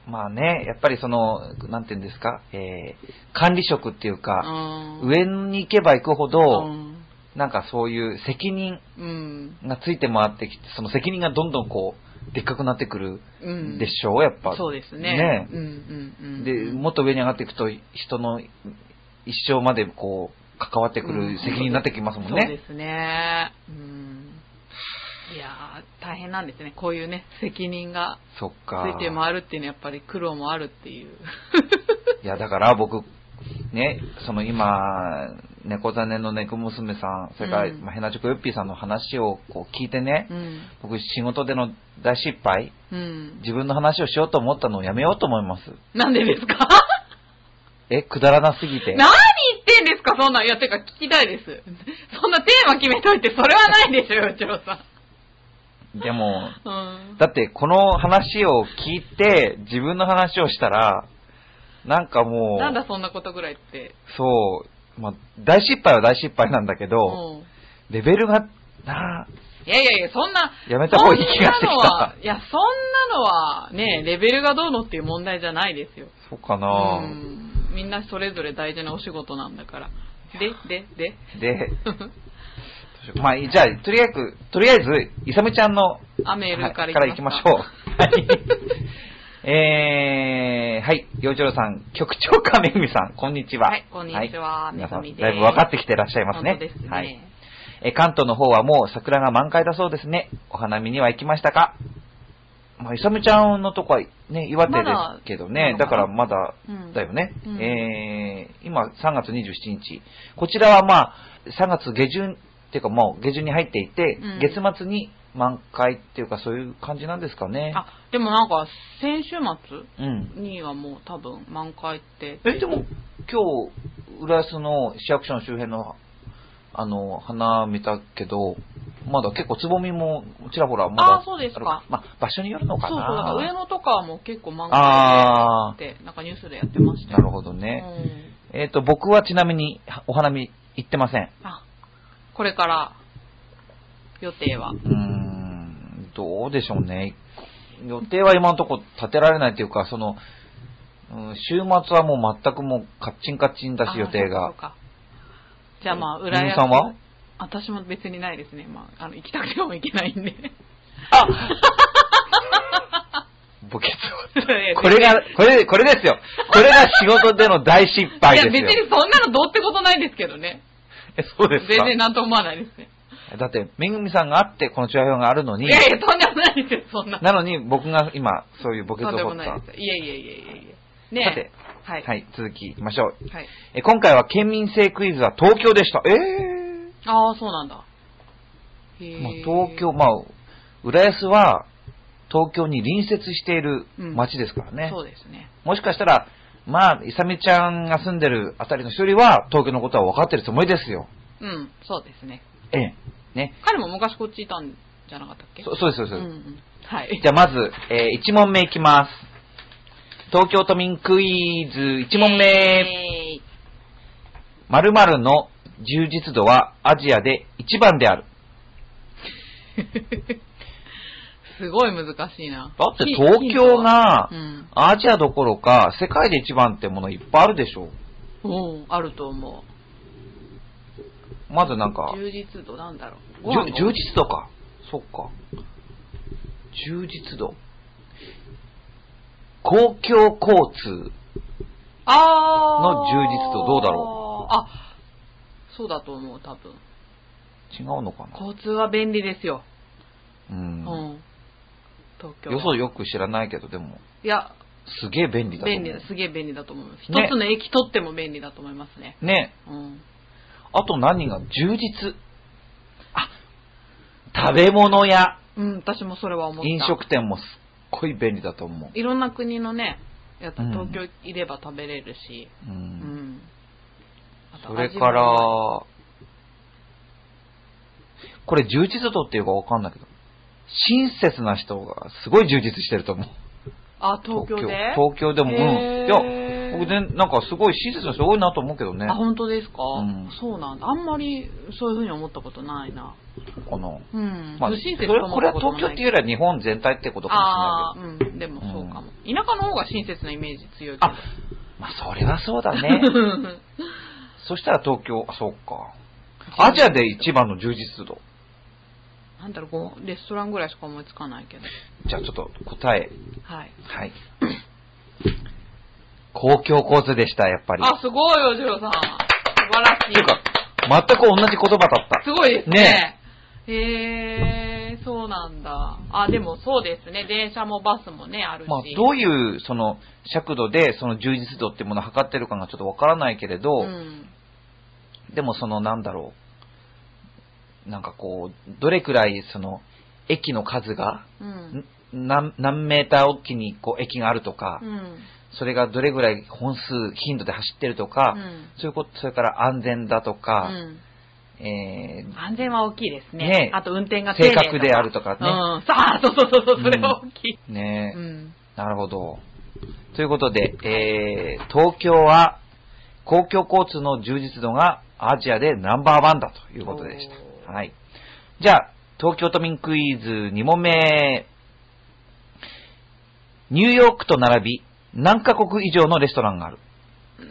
Speaker 1: まあね、やっぱりその、なんていうんですか、えー管理職っていうか、
Speaker 2: の
Speaker 1: 上に行けば行くほ
Speaker 2: う
Speaker 1: ど、
Speaker 2: ん。
Speaker 1: なんかそういう責任
Speaker 2: うん。
Speaker 1: がついて回ってきて、その責任がどんどんこう、でっかくなってくる
Speaker 2: うん。
Speaker 1: でしょう、やっぱ。
Speaker 2: そうですね。
Speaker 1: ね
Speaker 2: うんうんうん。
Speaker 1: で、もっと上に上がっていくと、人の一生までこう、関わってくる責任になってきますもんね。
Speaker 2: そうですね。うん。いやー、大変なんですね。こういうね、責任が
Speaker 1: そっ
Speaker 2: つ
Speaker 1: か。
Speaker 2: いて回るっていうのはやっぱり苦労もあるって
Speaker 1: [laughs]
Speaker 2: いう。
Speaker 1: いや、だから僕、ね、その今、猫種の猫娘さん、それから、
Speaker 2: うん
Speaker 1: まあヘナチョコヨッピーさんの話をこう聞いてね、
Speaker 2: うん。
Speaker 1: 僕仕事での大失敗、
Speaker 2: うん。
Speaker 1: 自分の話をしようと思ったのをやめようと思います。
Speaker 2: なんでですか
Speaker 1: え、くだらなすぎて。
Speaker 2: 何言ってんですかそんなん。いや、てか聞きたいです。そんなテーマ決めといて、それはないでしょ、よちろさん。
Speaker 1: でも、
Speaker 2: うん。
Speaker 1: だってこの話を聞いて、自分の話をしたら、なんかもう、
Speaker 2: なんだそんなことぐらいって。
Speaker 1: そう、まあ、大失敗は大失敗なんだけ
Speaker 2: う
Speaker 1: ど、
Speaker 2: ん。
Speaker 1: レベルが、なあ
Speaker 2: いやいやいや、そんな。
Speaker 1: やめた方がいい気がしてきた
Speaker 2: そんなのは、いや、そんなのは、ね、レベルがどうのっていう問題じゃないですよ。
Speaker 1: そうか
Speaker 2: う
Speaker 1: な、
Speaker 2: ん。みんなそれぞれ大事なお仕事なんだから。で、で、
Speaker 1: [laughs]
Speaker 2: で。
Speaker 1: で、まあ、じゃあ、とりあえず、とりあえず、いさみちゃんの、
Speaker 2: あ、メールから
Speaker 1: はい
Speaker 2: い
Speaker 1: 行
Speaker 2: き
Speaker 1: き
Speaker 2: ま
Speaker 1: まし
Speaker 2: しょう。
Speaker 1: ょう。はい。えー、はい、洋一郎さん、局長かめぐみさん、こんにちは。
Speaker 2: はいこんにちは
Speaker 1: 皆さん、
Speaker 2: めぐみです
Speaker 1: だいぶ分かってきてらっしゃいます
Speaker 2: 本
Speaker 1: ね。
Speaker 2: 当ですね。
Speaker 1: はい。えー、関東の方はもう桜が満開だそうですね。お花見には行きましたかまあ、いさみちゃんのとこは、ね、岩手ですけどね、
Speaker 2: まだ
Speaker 1: だからまだ
Speaker 2: うん
Speaker 1: だよね。
Speaker 2: うん
Speaker 1: えー今3月27日。こちらはまあ、3月下旬っていうかもう下旬に入っていて、
Speaker 2: うん
Speaker 1: 月末に満開っていうかそういう感じなんですかね。
Speaker 2: あ、でもなんか、先週
Speaker 1: うん。
Speaker 2: 末にはもう多分満開って。
Speaker 1: え、でも今日、浦安の市役所の周辺の、あの、花見たけど、まだ結構つぼみもちらほらまだ
Speaker 2: あーそうですか
Speaker 1: まあ、場所によるの
Speaker 2: そ
Speaker 1: か
Speaker 2: うそう、だから上
Speaker 1: な。
Speaker 2: 野とかはもう結構漫
Speaker 1: あ
Speaker 2: 画でって、なんかニュースでやってました
Speaker 1: なるほどね。
Speaker 2: うん
Speaker 1: えっ、と、僕はちなみにお花見行ってません。
Speaker 2: あ、これから、予定は。
Speaker 1: うーん、どうでしょうね。予定は今のところ立てられないというか、その、うん週末はもう全くもうカッチンカッチンだし予定
Speaker 2: あそう
Speaker 1: が。
Speaker 2: かそうかじゃあまあ、
Speaker 1: うん
Speaker 2: 裏
Speaker 1: ゆうさんは
Speaker 2: 私も別にないですね。まあ、あの、行きたくても行けないんで。
Speaker 1: ボケツ。 [laughs] こ
Speaker 2: こ
Speaker 1: れが、これ、これですよ。これが仕事での大失
Speaker 2: い
Speaker 1: 敗
Speaker 2: や、
Speaker 1: で
Speaker 2: 別
Speaker 1: す
Speaker 2: に
Speaker 1: よ。
Speaker 2: そんなのどうってことないですけどね。
Speaker 1: え、そうです
Speaker 2: 全
Speaker 1: か。
Speaker 2: 然なんとも思わないですね。
Speaker 1: だって、めぐみさんがあって、このチュアヘヨがあるの
Speaker 2: い
Speaker 1: に、
Speaker 2: やいや、とんでもないですよ、そんな。
Speaker 1: なのに僕が今、そういうボケツ
Speaker 2: と
Speaker 1: を
Speaker 2: んでも
Speaker 1: 掘った。
Speaker 2: ない
Speaker 1: は
Speaker 2: です。いやいやいやいやいや。ねえ
Speaker 1: さて
Speaker 2: はい。
Speaker 1: い、続き行きましょう。
Speaker 2: はい。
Speaker 1: え今回は県民性クイズは東京でした。えー。
Speaker 2: ああ、そうなんだ。へえ
Speaker 1: まあ、東京、まあ、浦安は東京に隣接している町ですからね。
Speaker 2: そうですね。
Speaker 1: もしかしたら、まあ、いさみちゃんが住んでるあたりの人よりは、東京のことは分かってるつもりですよ。
Speaker 2: うん、そうですね。
Speaker 1: ええ。ね。
Speaker 2: 彼も昔こっちいたんじゃなかったっけ
Speaker 1: そそうです、そうです。
Speaker 2: うんうん。はい。
Speaker 1: じゃあ、まず、え1問目いきます。東京都民クイズ1問目。
Speaker 2: えー
Speaker 1: 〇〇の充実度はアジアで一番である。
Speaker 2: [laughs] すごい難しいな。
Speaker 1: だって
Speaker 2: ヒ
Speaker 1: 東京が
Speaker 2: ヒン
Speaker 1: アジアどころか、世界で一番ってものいっぱいあるでしょう。
Speaker 2: トはうん、うん、あると思
Speaker 1: まずなんか
Speaker 2: う。、充実度なんだろ
Speaker 1: じ
Speaker 2: う。ご
Speaker 1: ゅ
Speaker 2: 飯が
Speaker 1: 充実度か。そっか。充実度。公共交通。
Speaker 2: あー
Speaker 1: の充実度どうだろ
Speaker 2: う。あ、そうだと思う、多分。
Speaker 1: 違うのかな
Speaker 2: 交通は便利ですよ。
Speaker 1: う。
Speaker 2: うんん。東京は。
Speaker 1: よそよく知らないけど、でも、
Speaker 2: いや、
Speaker 1: すげえ便利だと思う。
Speaker 2: 便利だ、すげえ便利だと思います。
Speaker 1: ね
Speaker 2: 一つの駅取っても便利だと思いますね。
Speaker 1: ね。
Speaker 2: うん。
Speaker 1: あと何が充実。あ、食べ物や
Speaker 2: うん、私もそれは思った。
Speaker 1: 飲食店もすっごい便利だと思う。
Speaker 2: いろんな国のね、やっぱ
Speaker 1: うん
Speaker 2: 東京いれば食べれるし、
Speaker 1: う。
Speaker 2: うんん。あ
Speaker 1: そ
Speaker 2: と
Speaker 1: れから、
Speaker 2: 味も
Speaker 1: これ充実度っていうかわかんないけど、親切な人がすごい充実してると思う。
Speaker 2: あ、東京で
Speaker 1: 東京東京でも、
Speaker 2: へ
Speaker 1: うん。いや、
Speaker 2: ー
Speaker 1: 僕ね、なんかすごい親切な人多いなと思うけどね。
Speaker 2: あ、本当ですか、
Speaker 1: うん
Speaker 2: そうなんだ。あんまりそういうふうに思ったことないな。
Speaker 1: この。
Speaker 2: うん。
Speaker 1: まあ、
Speaker 2: 不
Speaker 1: それ
Speaker 2: 親切と
Speaker 1: は
Speaker 2: 思
Speaker 1: こ
Speaker 2: っ
Speaker 1: れは
Speaker 2: たことも
Speaker 1: 東京
Speaker 2: な
Speaker 1: っ
Speaker 2: い
Speaker 1: ていうよりは日本全体ってことかも
Speaker 2: あ
Speaker 1: しれない
Speaker 2: あ、うん。でもそうかも、田舎の方が親切なイメージ強いけど。
Speaker 1: あけど。まあ、それはそうだ
Speaker 2: [laughs]
Speaker 1: ね。そしたら東京、あそうか。アジアで一番の充実度。
Speaker 2: なんだろうご、レストランぐらいしか思いつかないけど。
Speaker 1: じゃあちょっと答え。
Speaker 2: はい。
Speaker 1: はい。公共交通でした、やっぱり。
Speaker 2: あ、すごいよ、ジローさん。素晴らしい。
Speaker 1: っていうか、全く同じ言葉だった。
Speaker 2: すごいです
Speaker 1: ね
Speaker 2: ね。へえー、そうなんだ。あ、でもそうですね。電車もバスもね、あるし。
Speaker 1: まあ、どういう、その、尺度で、その充実度っていうものを測ってるかがちょっとわからないけれど、
Speaker 2: ん、
Speaker 1: でもその、なんだろう。なんかこう、どれくらい、その、駅の数が、
Speaker 2: うん
Speaker 1: ん。何何メーターおきにこう駅があるとか、
Speaker 2: うん。
Speaker 1: それがどれぐらい本数、頻度で走ってるとか、
Speaker 2: うん
Speaker 1: そういうこと、それから安全だと
Speaker 2: う
Speaker 1: か、
Speaker 2: ん
Speaker 1: えー
Speaker 2: 安全は大きいですね。
Speaker 1: ね
Speaker 2: あと運転が丁寧
Speaker 1: 正
Speaker 2: とか
Speaker 1: 確であるとかね
Speaker 2: うん。さあ、そうそうそうそう、それは大きい。
Speaker 1: ねえ
Speaker 2: うん。
Speaker 1: なるほど。ということで、えー、東京は公共交通の充実度がアジアでナンバーワンだということでし
Speaker 2: お
Speaker 1: た。はい。じゃあ、東京都民クイズ2問目。ニューヨークと並び何カ国以上のレストランがある。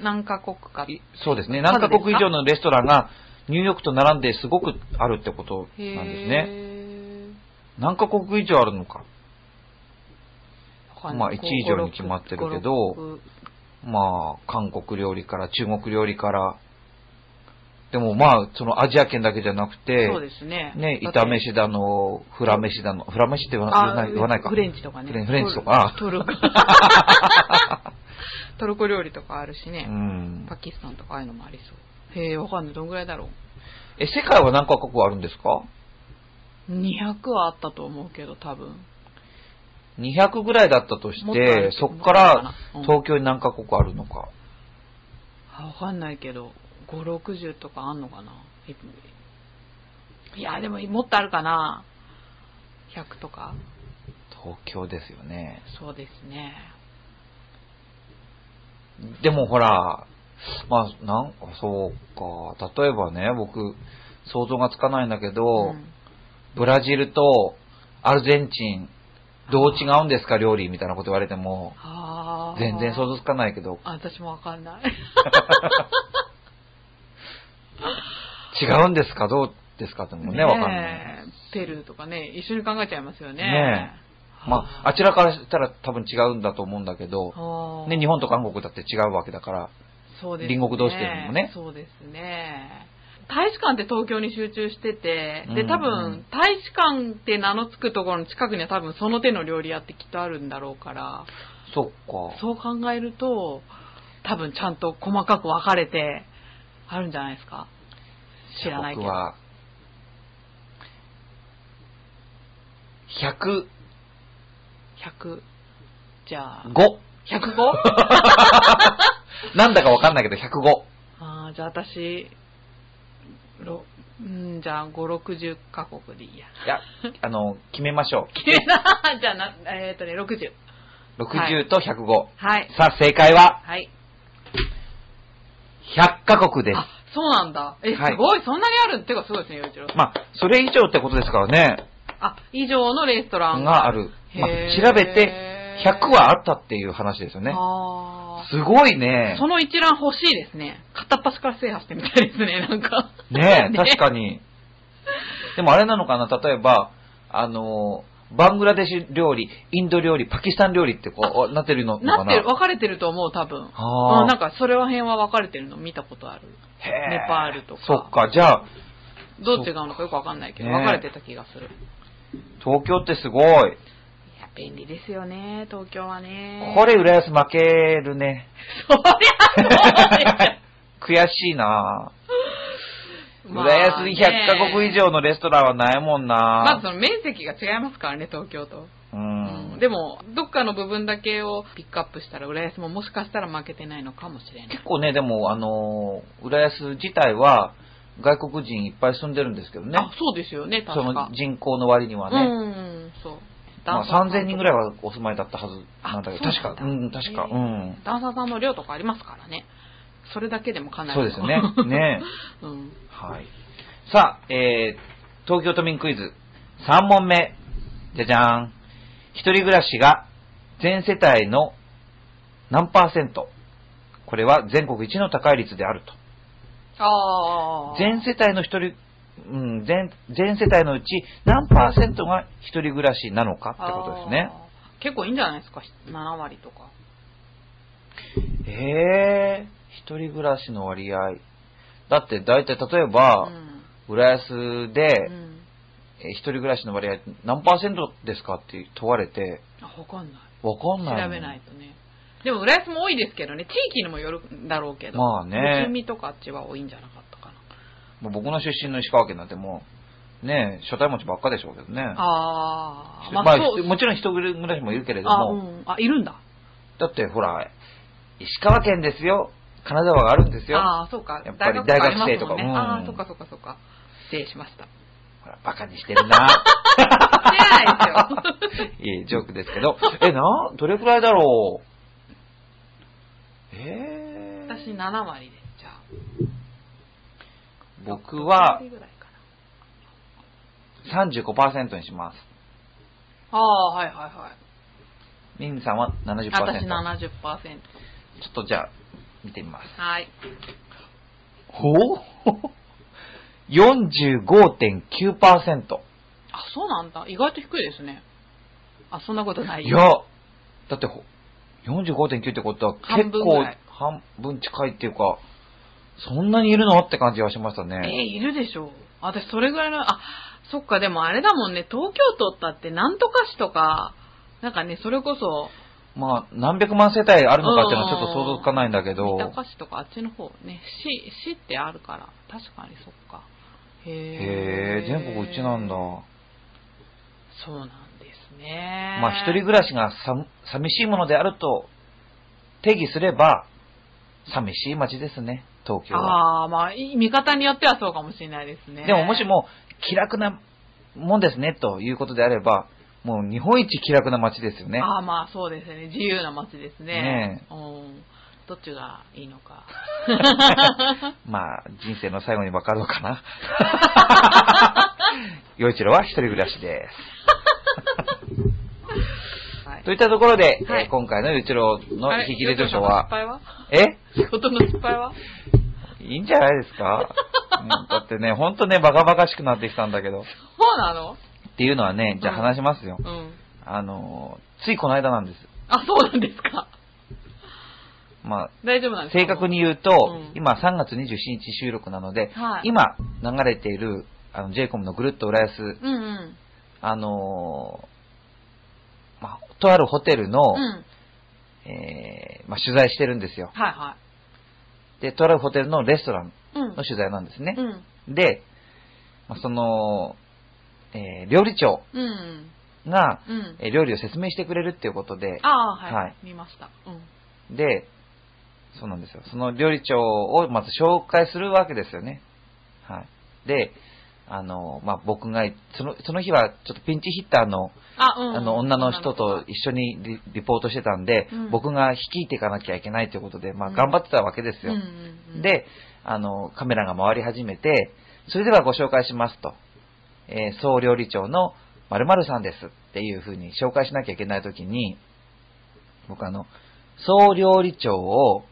Speaker 2: 何カ国か。
Speaker 1: いそうですね。何カ国以上のレストランがニューヨークと並んですごくあるってことなんですね。
Speaker 2: ね。
Speaker 1: 何カ国以上あるのか。
Speaker 2: わかん
Speaker 1: ま
Speaker 2: ない
Speaker 1: あ一以上に決まってるけど、
Speaker 2: 五六
Speaker 1: まあ、韓国料理から中国料理から、でもまあ、そのアジア圏だけじゃなくて、
Speaker 2: そうですね。
Speaker 1: ね、
Speaker 2: だって
Speaker 1: 炒飯だの、フラ飯だの、フラ飯って言わ
Speaker 2: あ
Speaker 1: 言わない言わないか。
Speaker 2: フレンチとかね。
Speaker 1: フレンフレンチとか
Speaker 2: トルコ。
Speaker 1: [laughs]
Speaker 2: トルコ料理とかあるし
Speaker 1: う
Speaker 2: ね。
Speaker 1: ん。
Speaker 2: パキスタンとかああいうのもありそう。へえ、わかんない。どんぐらいだろ
Speaker 1: え、世界は何カ国あるんですか
Speaker 2: う。200はあったと思うけど、多分。
Speaker 1: ?200 ぐらいだったと
Speaker 2: も
Speaker 1: し
Speaker 2: っとある
Speaker 1: て
Speaker 2: け、ど
Speaker 1: そこか
Speaker 2: もっ
Speaker 1: ら
Speaker 2: とあるかなうん
Speaker 1: 東京に何カ国あるのか。
Speaker 2: あわかんないけど、5、60とかあんのかな。いいや、でももっとあるかな。100とか。
Speaker 1: 東京ですよね。
Speaker 2: そうですね。
Speaker 1: でもほら、まあ、なんかそうか、例えばね、僕、想像がつかないんだけど、
Speaker 2: うん
Speaker 1: ブラジルとアルゼンチン、どう違うんですか、料理みたいなこと言われても、
Speaker 2: あー
Speaker 1: 全然想像つかないけど、
Speaker 2: あ私もわかんない。
Speaker 1: 違うんですか、どうですかってもね、わかんない。
Speaker 2: えペルーとかね、一緒に考えちゃいますよね。
Speaker 1: ねまあ、あちらからしたら多分違うんだと思うんだけど、
Speaker 2: あー
Speaker 1: ね、日本と韓国だって違うわけだから、
Speaker 2: そうです
Speaker 1: 隣国同士でもね
Speaker 2: そうですね。大使館って東京に集中してて、で、多
Speaker 1: うんう
Speaker 2: 分
Speaker 1: ん、
Speaker 2: 大使館って名の付くところの近くには多分その手の料理屋ってきっとあるんだろうから、
Speaker 1: そっか。
Speaker 2: そう考えると、多分ちゃんと細かく分かれてあるんじゃないですか知らないけど。
Speaker 1: 僕は、105。
Speaker 2: 100。じゃあ、105?
Speaker 1: なんだかわかんないけど、105。
Speaker 2: あーじゃあ私、ろうん、じゃあ5、60カ国でいいや。
Speaker 1: いや、あの、決めま
Speaker 2: [laughs]
Speaker 1: しょ
Speaker 2: 消えなじゃあな、えっ、とね、60。
Speaker 1: う。
Speaker 2: はい
Speaker 1: 60と105。
Speaker 2: はい。
Speaker 1: さあ、正解は、
Speaker 2: はい。
Speaker 1: 100カ国です
Speaker 2: あ。、そうなんだ。え、
Speaker 1: はい
Speaker 2: すごい、そんなにあるっていうかすごいですね、洋一郎さん。
Speaker 1: まあ、それ以上ってことですからね、
Speaker 2: あ、以上のレストラン
Speaker 1: がある。まあ、
Speaker 2: へー
Speaker 1: 調べて、100はあったっていう話ですよね。
Speaker 2: あ
Speaker 1: すごいね
Speaker 2: ー。その一覧欲しいですね。片っ端から制覇してみたいです
Speaker 1: [laughs]
Speaker 2: ね、なんか。
Speaker 1: ねえ、確かに。でもあれなのかな、例えば、あの、バングラデシュ料理、インド料理、パキスタン料理ってこう、なってるのか
Speaker 2: な
Speaker 1: な
Speaker 2: ってる、分かれてると思う、多分。
Speaker 1: あー
Speaker 2: うんなんか、それら辺は分かれてるの見たことある。
Speaker 1: へえ
Speaker 2: ネパールとか
Speaker 1: そっか、じゃあ、
Speaker 2: どう違うのかよく分かんないけど、
Speaker 1: ね
Speaker 2: 分かれてた気がする。
Speaker 1: 東京ってすごい。
Speaker 2: いや、便利ですよね、東京はね。
Speaker 1: これ、浦安負けるね。
Speaker 2: [laughs] そりゃそうでしょ
Speaker 1: 悔しいな
Speaker 2: まあ
Speaker 1: [laughs] 浦安に100カ国以上のレストランはないもん
Speaker 2: まず
Speaker 1: な
Speaker 2: その面積が違いますからね、東京と。
Speaker 1: う
Speaker 2: うん
Speaker 1: ん。
Speaker 2: でも、どっかの部分だけをピックアップしたら、浦安ももしかしたら負けてないのかもしれない。
Speaker 1: 結構ね、でも、あの、浦安自体は、外国人いっぱい住んでるんですけどね。
Speaker 2: あ、そうですよね、
Speaker 1: そ
Speaker 2: 確
Speaker 1: の
Speaker 2: か。
Speaker 1: 人口の割にはね。
Speaker 2: うん、そう。
Speaker 1: ま
Speaker 2: ダンサー
Speaker 1: あ、
Speaker 2: さんとか
Speaker 1: 3000人ぐらいはお住まいだったはずなんだけど、
Speaker 2: あ
Speaker 1: 確か、
Speaker 2: そううなん
Speaker 1: ん、
Speaker 2: だ
Speaker 1: 確か、
Speaker 2: へ
Speaker 1: う
Speaker 2: え
Speaker 1: ん。
Speaker 2: ダンサーさんの量とかありますからね。それだけでもかなり
Speaker 1: そう
Speaker 2: の
Speaker 1: ですよね。ね。
Speaker 2: [laughs] うん。
Speaker 1: はい。さあ、えー、東京都民クイズ、3問目。じゃじゃーん。一人暮らしが全世帯の何パーセントこれは全国一の高い率であると。
Speaker 2: ああ。
Speaker 1: 全世帯の一人、うん、全、全世帯のうち何パーセントが一人暮らしなのかってことですね。
Speaker 2: あー。結構いいんじゃないですか、7割とか。
Speaker 1: ええ一人暮らしの割合。だって大体例えば、
Speaker 2: うん
Speaker 1: 浦安で、
Speaker 2: うん
Speaker 1: えー一人暮らしの割合何パーセントですかって問われて、
Speaker 2: あ、わかんない。
Speaker 1: わかんないもん。
Speaker 2: 調べないとね。でも、浦安も多いですけどね、地域にもよるんだろうけど。
Speaker 1: まあね
Speaker 2: 宇都宮とかあっちは多いんじゃなかったかな。
Speaker 1: もう僕の出身の石川県なんてもう、ねえ、初対持ちばっかでしょうけどね。
Speaker 2: ああ、
Speaker 1: まあ、
Speaker 2: そう
Speaker 1: もちろん一人暮らしもいるけれど
Speaker 2: あ、
Speaker 1: も、
Speaker 2: うん。あ、いるんだ。
Speaker 1: だってほら、石川県ですよ、金沢があるんですよ。
Speaker 2: ああ、そうか。
Speaker 1: やっぱり
Speaker 2: 大学
Speaker 1: 大学生とか
Speaker 2: ありますもんね
Speaker 1: うん
Speaker 2: ああ、そうかそうかそうか。失礼しました。
Speaker 1: ほら、バカにしてる
Speaker 2: [laughs]
Speaker 1: な。
Speaker 2: してないですよ。
Speaker 1: [laughs] いいジョークですけど、え、な、どれくらいだろうえー、
Speaker 2: 私7割で、じゃあ。
Speaker 1: 僕は
Speaker 2: 6割ぐらいか
Speaker 1: 35%にします。
Speaker 2: なああ、はいはいはい。
Speaker 1: ミンさんは70%。
Speaker 2: 私
Speaker 1: ち
Speaker 2: 70%。
Speaker 1: ょっとじゃあ、見てみます。
Speaker 2: はい。
Speaker 1: [laughs] ほう ?45.9%。
Speaker 2: あ、そうなんだ。意外と低いですね。あ、そんなことない
Speaker 1: い
Speaker 2: よ
Speaker 1: や、だってほ45.9ってことは結
Speaker 2: 半分ぐ
Speaker 1: 構
Speaker 2: らい
Speaker 1: 半分近いっていうか、そんなにいるのって感じがしました
Speaker 2: えー
Speaker 1: ね。
Speaker 2: いるでしょう。私、それぐらいの、あ、そっか、でもあれだもんね、東京都ったって、なんとか市とか、なんかね、それこそ、
Speaker 1: まあ、何百万世帯あるのかっていうのはちょっと想像つかないんだけど。
Speaker 2: 三鷹市とかあっちの方、ね、市、市ってあるから、確かにそっか。へ
Speaker 1: へ
Speaker 2: え。
Speaker 1: え、全国一なんだ。
Speaker 2: そうなんですね。
Speaker 1: まあ、一人暮らしがさ寂しいものであると定義すれば、寂しい街ですね。東京は。
Speaker 2: ああ、まあ、い見方によってはそうかもしれないですね。
Speaker 1: でももしも気楽なもんですねということであれば、もう日本一気楽な街ですよね。
Speaker 2: ああ、まあそうですね。自由な街ですね
Speaker 1: ね。
Speaker 2: うん。どっちがいいのか。
Speaker 1: まあ、人生の最後にわかるのかな。
Speaker 2: [laughs]
Speaker 1: 洋一郎は一人暮らしで
Speaker 2: は
Speaker 1: す。といったところで、
Speaker 2: はい
Speaker 1: えー今回の洋一郎の引き切れ図書は、
Speaker 2: あれ
Speaker 1: え
Speaker 2: 仕事の失敗は仕事の失敗はい
Speaker 1: いんじゃないですか、うんだってね、ほんとね、バカバカしくなってきたんだけど。
Speaker 2: そうなの
Speaker 1: っていうのはね、じゃあ話しますよ。
Speaker 2: うん。
Speaker 1: あのー、ついこの間なんです。
Speaker 2: あ、そうなんですか。
Speaker 1: まあ、
Speaker 2: 大丈夫なんですか
Speaker 1: 正確に言うと、
Speaker 2: うん
Speaker 1: 今3月27日収録なので、
Speaker 2: はい
Speaker 1: 今流れているあの j コムのぐるっと浦安、
Speaker 2: うんうん。
Speaker 1: あのーまあ、とあるホテルの、
Speaker 2: うん。
Speaker 1: えーまあ、取材してるんですよ。
Speaker 2: はいは
Speaker 1: で、とあるホテルのレストラン
Speaker 2: い。う
Speaker 1: の
Speaker 2: ん。
Speaker 1: 取材なんですね。
Speaker 2: うん。
Speaker 1: で、まあ、その、えー料理長
Speaker 2: うん。
Speaker 1: が、
Speaker 2: うん。
Speaker 1: えー料理を説明してくれるっていうことで、
Speaker 2: ああ、はい、
Speaker 1: はい
Speaker 2: 見ました。う
Speaker 1: で、そうなんですよ。その料理長をまず紹介するわけですよね。はい。で、あの、まあ、僕が、その、その日はちょっとピンチヒッターの、
Speaker 2: ん。あ、うん。
Speaker 1: あの、女の人と一緒にリリポートしてたんで、
Speaker 2: うん
Speaker 1: 僕が率いていかなきゃいけないということで、まあ、
Speaker 2: うん
Speaker 1: 頑張ってたわけです
Speaker 2: うんう
Speaker 1: よ。
Speaker 2: んうん、
Speaker 1: で、あの、カメラが回り始めて、それではご紹介しますと。えー総料理長の〇〇さんですっていうふうに紹介しなきゃいけないときに、僕あの、総料理長を、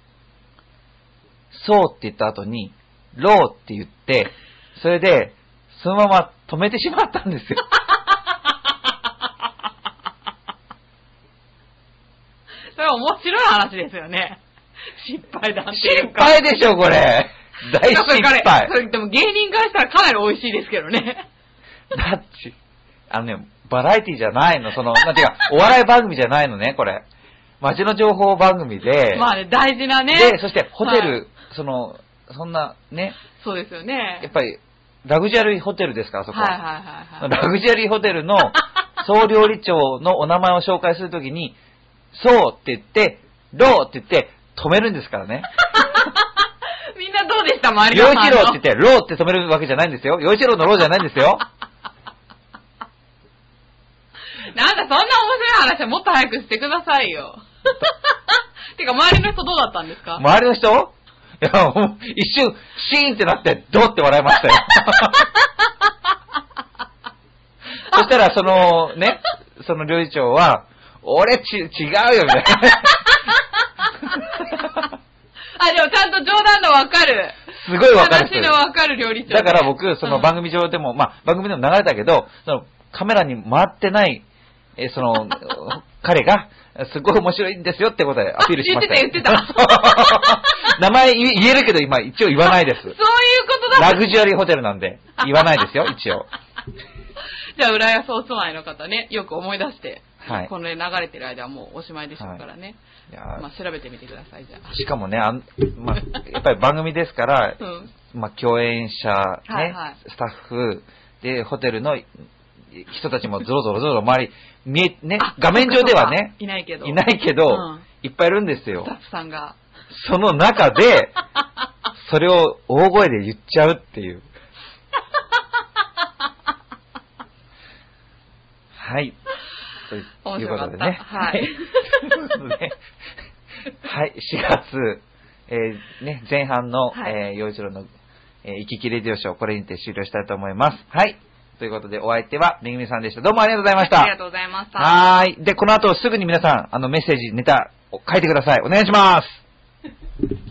Speaker 1: そうって言った後に、ろうって言って、それで、そのまま止めてしまったんですよ。
Speaker 2: それは面白い話ですよね。 [laughs] 失敗だってい
Speaker 1: 失
Speaker 2: うか。
Speaker 1: 敗でしょ、こ
Speaker 2: [laughs]
Speaker 1: れ。大失敗
Speaker 2: そ。れでも芸人からしたらかなり美味しいですけどね。
Speaker 1: だって、あのね、バラエティじゃないの、その、なんていう
Speaker 2: [laughs]
Speaker 1: か、お笑い番組じゃないのね、これ。街の情報番組で、
Speaker 2: まあね、大事なね。
Speaker 1: で、そしてホテル、
Speaker 2: はい
Speaker 1: その、そんなね、
Speaker 2: そうですよね。
Speaker 1: やっぱり、ラグジュアリーホテルですから、そこは。
Speaker 2: はいはいはい、はい。
Speaker 1: ラグジュアリーホテル
Speaker 2: [laughs]
Speaker 1: の総料理長のお名前を紹介するときに、そうって言って、ローって言って、止めるんですから
Speaker 2: [laughs]
Speaker 1: ね。
Speaker 2: みんなどうでした周り
Speaker 1: 洋
Speaker 2: の
Speaker 1: 一郎って言って、ローって止めるわけじゃないんですよ。洋一郎のローじゃないんですよ。
Speaker 2: [laughs] なんかそんな面白い話はもっと早くしてください
Speaker 1: [laughs]
Speaker 2: よ。てか、周りの人どうだったんですか、
Speaker 1: 周りの人いや、もう一瞬、シーンってなって、ドって笑いました
Speaker 2: [laughs]
Speaker 1: よ。そしたら、その、ね、その料理長は、俺ち、違うよ、みたいな。
Speaker 2: [laughs] あ、でもちゃんと冗談のわかる。
Speaker 1: すごいわかる
Speaker 2: 話のわかる料理長。
Speaker 1: 人。だから僕、その番
Speaker 2: 組、
Speaker 1: 組上でも、まあ、番組でも流れたけど、そのカメラに回ってない、え、その、 [laughs] 彼が、すごい面白いんですよってことでアピールしましたよ。
Speaker 2: 言ってた言ってた
Speaker 1: [laughs] 名前言え言えるけど、今一応言わないです
Speaker 2: そういう。ことだ
Speaker 1: ラグジュアリーホテルなんで、言わないです
Speaker 2: [laughs]
Speaker 1: よ、一応。
Speaker 2: じゃあ、浦安お住まいの方ね、よく思い出して、
Speaker 1: はい
Speaker 2: この流れてる間はもうおしまいでしょうからね。
Speaker 1: いや
Speaker 2: まあ、調べてみてください、じゃあ。
Speaker 1: しかもね、あんまあ、やっぱり番組ですから、
Speaker 2: うん。
Speaker 1: まあ、共演者、ね
Speaker 2: はいはい
Speaker 1: スタッフ、で、ホテルのい人たちもゾロゾロゾロ周り、見え、ね
Speaker 2: あ、
Speaker 1: 画面上ではね、
Speaker 2: いないけど。
Speaker 1: いないけど、
Speaker 2: うん
Speaker 1: いっぱいいるんですよ
Speaker 2: スタ。ッフさんが。
Speaker 1: その中で、それを大声で言っちゃうっていう。はい。とい
Speaker 2: 面
Speaker 1: いう
Speaker 2: 白
Speaker 1: こ
Speaker 2: か
Speaker 1: と
Speaker 2: っ
Speaker 1: で
Speaker 2: た。
Speaker 1: ね。
Speaker 2: はい。
Speaker 1: という [laughs] ことではい、4月、えーね、前半の、
Speaker 2: はい
Speaker 1: えー、洋一郎の、えー、行き来レディオショー、これにて終了したいと思います。はい。ということで、お相手は、めぐみさんでした。どうもありがとうございました。
Speaker 2: ありがとうございました。
Speaker 1: はーい。で、この後すぐに皆さん、あの、メッセージ、ネタ、お書いてください。お願いします。